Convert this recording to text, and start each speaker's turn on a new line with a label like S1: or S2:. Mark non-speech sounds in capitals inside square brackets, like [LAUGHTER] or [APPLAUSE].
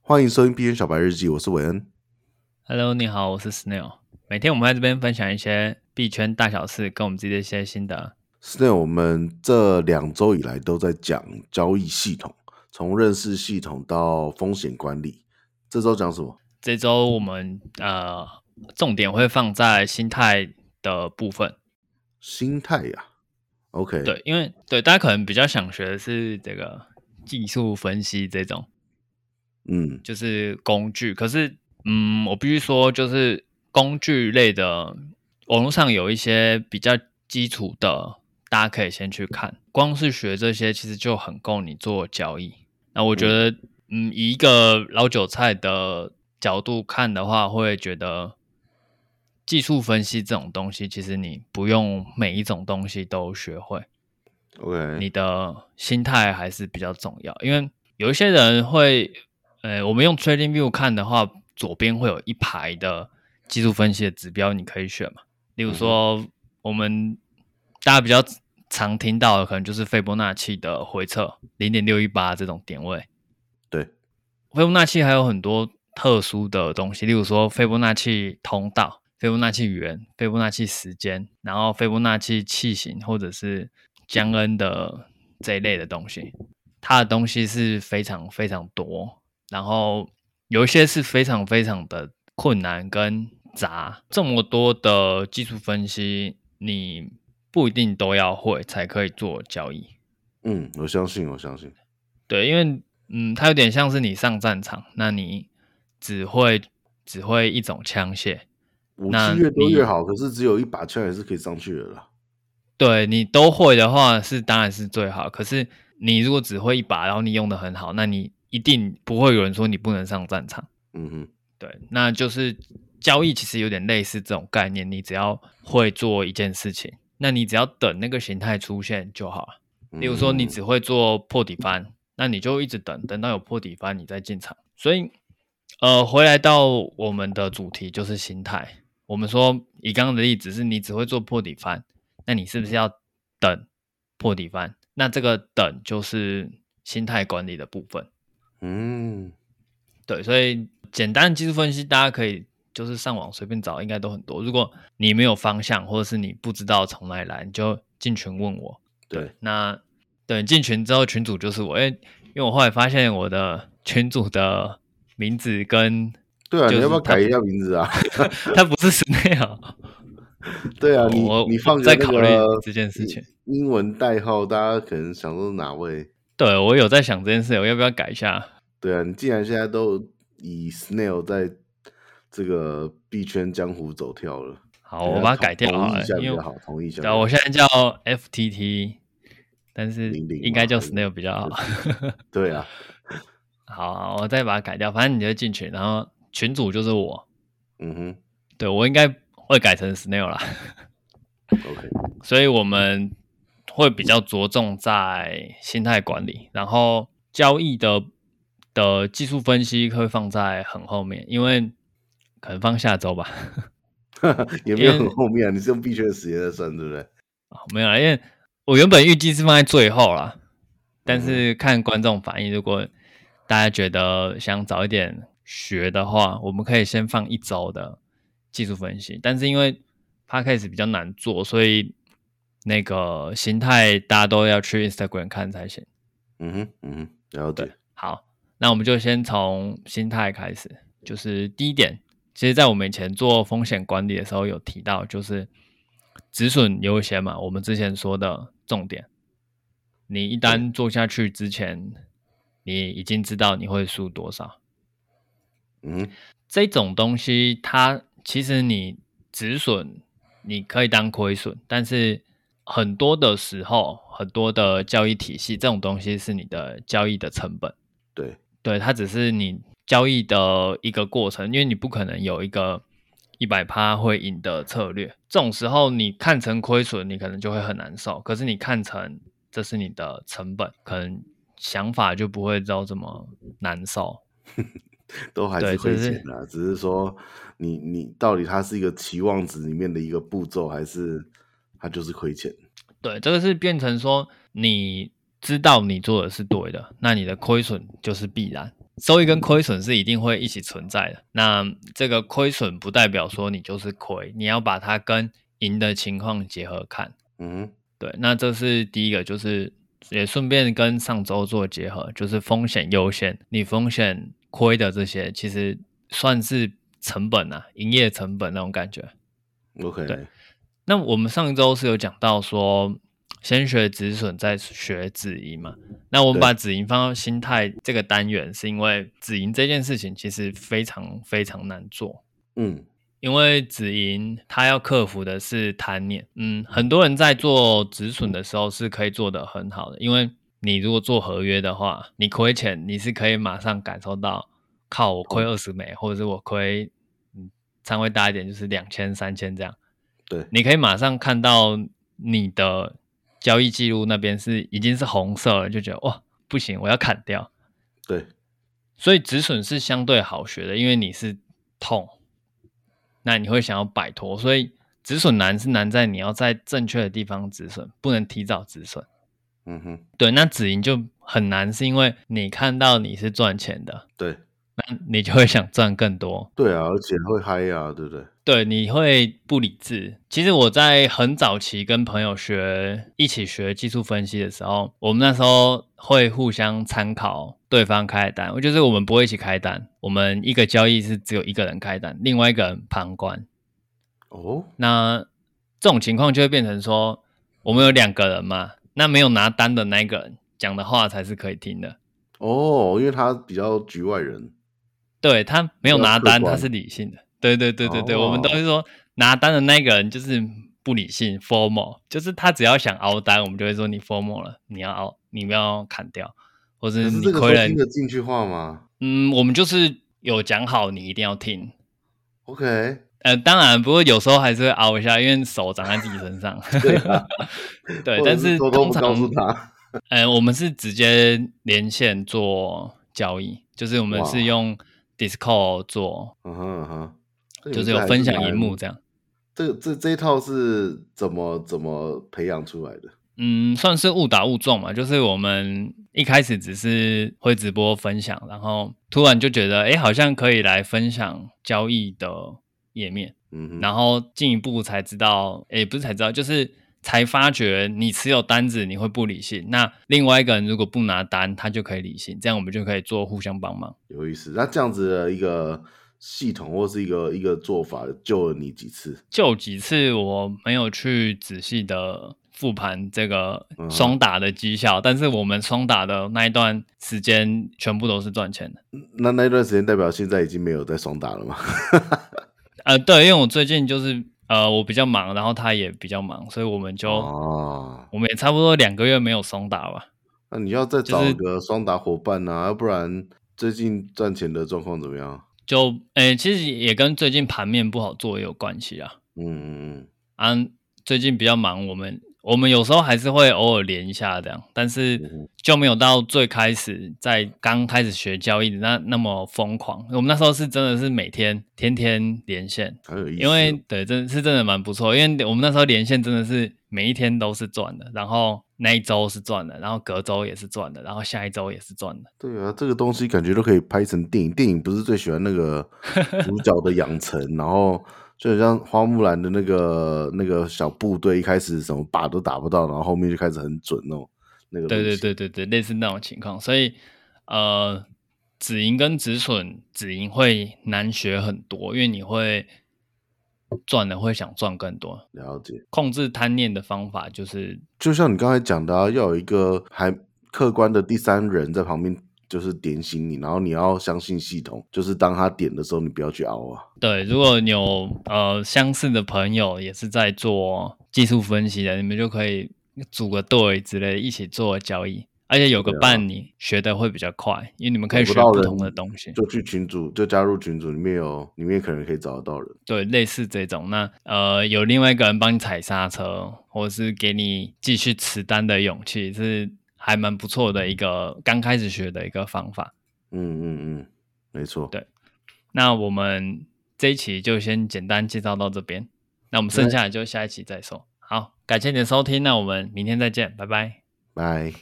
S1: 欢迎收听《币圈小白日记》，我是韦恩。
S2: Hello，你好，我是 Snail。每天我们在这边分享一些币圈大小事，跟我们自己的一些心得。
S1: Snail，我们这两周以来都在讲交易系统，从认识系统到风险管理。这周讲什么？
S2: 这周我们呃重点会放在心态的部分，
S1: 心态呀、OK，，
S2: 对，因为对大家可能比较想学的是这个技术分析这种，
S1: 嗯，
S2: 就是工具。可是，嗯，我必须说，就是工具类的，网络上有一些比较基础的，大家可以先去看。光是学这些，其实就很够你做交易。那我觉得，嗯，以一个老韭菜的角度看的话，会觉得技术分析这种东西，其实你不用每一种东西都学会。
S1: OK，
S2: 你的心态还是比较重要，因为有一些人会，呃，我们用 Trading View 看的话，左边会有一排的技术分析的指标，你可以选嘛。例如说，我们大家比较常听到的，可能就是斐波那契的回撤零点六一八这种点位。
S1: 对，
S2: 斐波那契还有很多特殊的东西，例如说斐波那契通道、斐波那契圆、斐波那契时间，然后斐波那契器型或者是江恩的这一类的东西，它的东西是非常非常多，然后有一些是非常非常的困难跟杂。这么多的技术分析，你不一定都要会才可以做交易。
S1: 嗯，我相信，我相信，
S2: 对，因为嗯，它有点像是你上战场，那你只会只会一种枪械，
S1: 武
S2: 那
S1: 器越多
S2: 你
S1: 越好，可是只有一把枪也是可以上去的啦。
S2: 对你都会的话是当然是最好。可是你如果只会一把，然后你用的很好，那你一定不会有人说你不能上战场。
S1: 嗯哼，
S2: 对，那就是交易其实有点类似这种概念，你只要会做一件事情，那你只要等那个形态出现就好了。例如说，你
S1: 嗯
S2: 只会做破底翻，那你就一直等，等到有破底翻你再进场。所以，呃，回来到我们的主题就是心态。我们说以刚刚的例子是你只会做破底翻，那你是不是要等破底翻？那这个等就是心态管理的部分。
S1: 嗯，
S2: 对，所以简单的技术分析，大家可以就是上网随便找，应该都很多。如果你没有方向，或者是你不知道从哪里来，你就进群问我。
S1: 对，
S2: 那等进群之后，群主就是我，因为因为我后来发现我的群主的名字跟
S1: 对啊，
S2: 就
S1: 你要不
S2: 是
S1: 要
S2: 他
S1: 改一下名
S2: [LAUGHS]
S1: 字啊？
S2: 他不是 s n a
S1: 对啊，你
S2: 我
S1: 你放
S2: 我
S1: 个嗯
S2: 在
S1: 那
S2: 考虑
S1: 个
S2: 这件事情。
S1: 英文代号，大家可能想说是哪位？
S2: 对我有在想这件事，我要不要改一下？
S1: 对啊，你既然现在都以 Snail 在这个币圈江湖走跳了，
S2: 好，
S1: 对啊
S2: 哦我把它
S1: 同
S2: 改掉
S1: 同
S2: 好
S1: 意
S2: 了
S1: 一下，比
S2: 因为
S1: 较好，同意一下比
S2: 对
S1: 较
S2: 啊，
S1: 好。
S2: 我现在叫 FTT，但是
S1: 00
S2: 应该
S1: 嘛
S2: 叫
S1: 还是
S2: Snail 比较好。
S1: 对啊，
S2: 好好，我再把它改掉。反正你就进群，然后群主就是我，
S1: 嗯哼
S2: 对我应该会改成 Snail 啦， [LAUGHS]
S1: ，OK，
S2: 所以我们会比较着重在心态管理，然后交易的的技术分析会放在很后面，因为可能放下周吧。
S1: 也没有
S2: 因为
S1: 很后面啊，你是用币圈的时间在算，对不对？
S2: 哦没有啦，因为我原本预计是放在最后啦，但是看观众反应，如果大家觉得想早一点学的话，我们可以先放一周的技术分析。但是因为 podcast 比较难做，所以那个形态大家都要去 Instagram 看才行。
S1: 嗯哼，嗯哼，了解。
S2: 好，那我们就先从心态开始，就是第一点，其实在我们以前做风险管理的时候有提到，就是止损优先嘛，我们之前说的重点。你一单做下去之前，你已经知道你会输多少，
S1: 嗯哼，
S2: 这种东西它其实你止损你可以当亏损，但是很多的时候，很多的交易体系这种东西是你的交易的成本。
S1: 对，
S2: 对，它只是你交易的一个过程，因为你不可能有一个一百趴会赢的策略。这种时候，你看成亏损，你可能就会很难受。可是你看成这是你的成本，可能想法就不会到这么难受。
S1: 都还是
S2: 对
S1: 亏
S2: 就是
S1: 钱的啊，只是说你你到底它是一个期望值里面的一个步骤，还是它就是亏钱？
S2: 对，这个是变成说你知道你做的是对的，那你的亏损就是必然。收益跟亏损是一定会一起存在的。那这个亏损不代表说你就是亏，你要把它跟赢的情况结合看。
S1: 嗯
S2: 对，那这是第一个，就是也顺便跟上周做结合，就是风险优先。你风险亏的这些，其实算是成本啊，营业成本那种感觉。
S1: 哼，OK，
S2: 对那我们上周是有讲到说，先学止损，再学止盈嘛。那我
S1: 对
S2: 们把止盈放到心态这个单元，是因为止盈这件事情其实非常非常难做。
S1: 嗯，
S2: 因为止盈它要克服的是贪念，嗯，很多人在做止损的时候是可以做得很好的，因为你如果做合约的话，你亏钱你是可以马上感受到，靠我亏二十枚，或者是我亏，嗯，仓位大一点就是两千三千这样，
S1: 对，
S2: 你可以马上看到你的交易记录那边是已经是红色了，就觉得哇不行，我要砍掉，
S1: 对，
S2: 所以止损是相对好学的，因为你是痛，那你会想要摆脱，所以止损难是难在你要在正确的地方止损，不能提早止损。
S1: 嗯哼，
S2: 对，那止盈就很难，是因为你看到你是赚钱的，
S1: 对，
S2: 那你就会想赚更多，
S1: 对啊，而且会嗨啊，对不对？
S2: 对，你会不理智。其实我在很早期跟朋友学一起学技术分析的时候，我们那时候会互相参考对方开的单，就是我们不会一起开单，我们一个交易是只有一个人开单，另外一个人旁观。
S1: 哦，
S2: 那这种情况就会变成说，我们有两个人嘛，那没有拿单的那一个人讲的话才是可以听的。
S1: 哦，因为他比较局外人，
S2: 对他没有
S1: 比较
S2: 拿
S1: 客
S2: 单，他
S1: 观
S2: 是理性的。对对对对对，我们都
S1: 哦
S2: 是说拿单的那个人就是不理性，formal，就是他只要想凹单，我们就会说你 formal 了，你要凹，你不要砍掉，或者
S1: 可是
S2: 你
S1: 这个
S2: 嗯亏
S1: 时候
S2: 了
S1: 听，得进去话吗
S2: 嗯，我们就是有讲好，你一定要听。
S1: ？OK，
S2: 呃，当然，不过有时候还是会凹一下，因为手长在自己身上。
S1: [LAUGHS] 对啊
S2: 对
S1: 或者
S2: 但
S1: 是
S2: 是
S1: 偷偷
S2: 通
S1: 不
S2: 常
S1: 告诉他， [LAUGHS]
S2: 呃，我们是直接连线做交易，就是我们
S1: 哇
S2: 是用 Discord 做，
S1: 嗯哼嗯哼，这你
S2: 就
S1: 们这
S2: 是有
S1: 还
S2: 分享
S1: 蛮
S2: 荧幕这样。
S1: 这个这这一套是怎么怎么培养出来的？
S2: 嗯，算是误打误撞嘛，就是我们一开始只是会直播分享，然后突然就觉得，哎，好像可以来分享交易的页面，
S1: 嗯哼，
S2: 然后进一步才知道，哎，不是才知道，就是才发觉你持有单子你会不理性，那另外一个人如果不拿单，他就可以理性，这样我们就可以做互相帮忙。
S1: 有意思。那这样子的一个系统或是一个一个做法，救了你几次？
S2: 就几次我没有去仔细的复盘这个
S1: 嗯哼
S2: 双打的绩效，但是我们双打的那一段时间全部都是赚钱的。
S1: 嗯那那段时间代表现在已经没有在双打了吗？ [LAUGHS]
S2: 呃，对，因为我最近就是呃，我比较忙，然后他也比较忙，所以我们就、
S1: 哦，
S2: 我们也差不多两个月没有双打吧。
S1: 那你要再
S2: 就
S1: 找
S2: 是
S1: 个双打伙伴啊，要不然最近赚钱的状况怎么样？
S2: 就诶，其实也跟最近盘面不好做也有关系啊。
S1: 嗯嗯
S2: 啊，最近比较忙，我们我们有时候还是会偶尔连一下这样，但
S1: 嗯
S2: 是
S1: 哼
S2: 就没有到最开始在刚开始学交易的那那么疯狂。我们那时候是真的是每天天天连线，
S1: 嗯，很有意思哦。
S2: 因为对，真是真的蛮不错，因为我们那时候连线真的是每一天都是赚的，然后那一周是赚的，然后隔周也是赚的，然后下一周也是赚的。
S1: 对啊，这个东西感觉都可以拍成电影。电影不是最喜欢那
S2: [LAUGHS]
S1: 个主角的养成，然后就很像花木兰的那个那个小部队，一开始什么靶都打不到，然后后面就开始很准那种那个。
S2: 对对，对对对，类似那种情况，所以呃，止盈跟止损，止盈会难学很多，因为你会赚的会想赚更多。
S1: 了解。
S2: 控制贪念的方法就是
S1: 就像你刚才讲的、啊，要有一个还客观的第三人在旁边，就是点醒你，然后你要相信系统，就是当他点的时候，你不要去熬啊。
S2: 对，如果你有呃相似的朋友也是在做技术分析的，你们就可以组个队之类的一起做交易，而且有个
S1: 对啊
S2: 伴你学的会比较快，因为你们可以
S1: 找
S2: 学
S1: 不到
S2: 不
S1: 人
S2: 同的东西。
S1: 就去群组，就加入群组，里面有里面可能可以找得到人。
S2: 对，类似这种。那呃，有另外一个人帮你踩刹车，或者是给你继续持单的勇气，是还蛮不错的一个刚开始学的一个方法。
S1: 嗯嗯嗯，没错。
S2: 对那我们这一期就先简单介绍到这边，那我们剩下的就下一期再说。好，感谢你的收听，那我们明天再见，拜拜。
S1: 拜。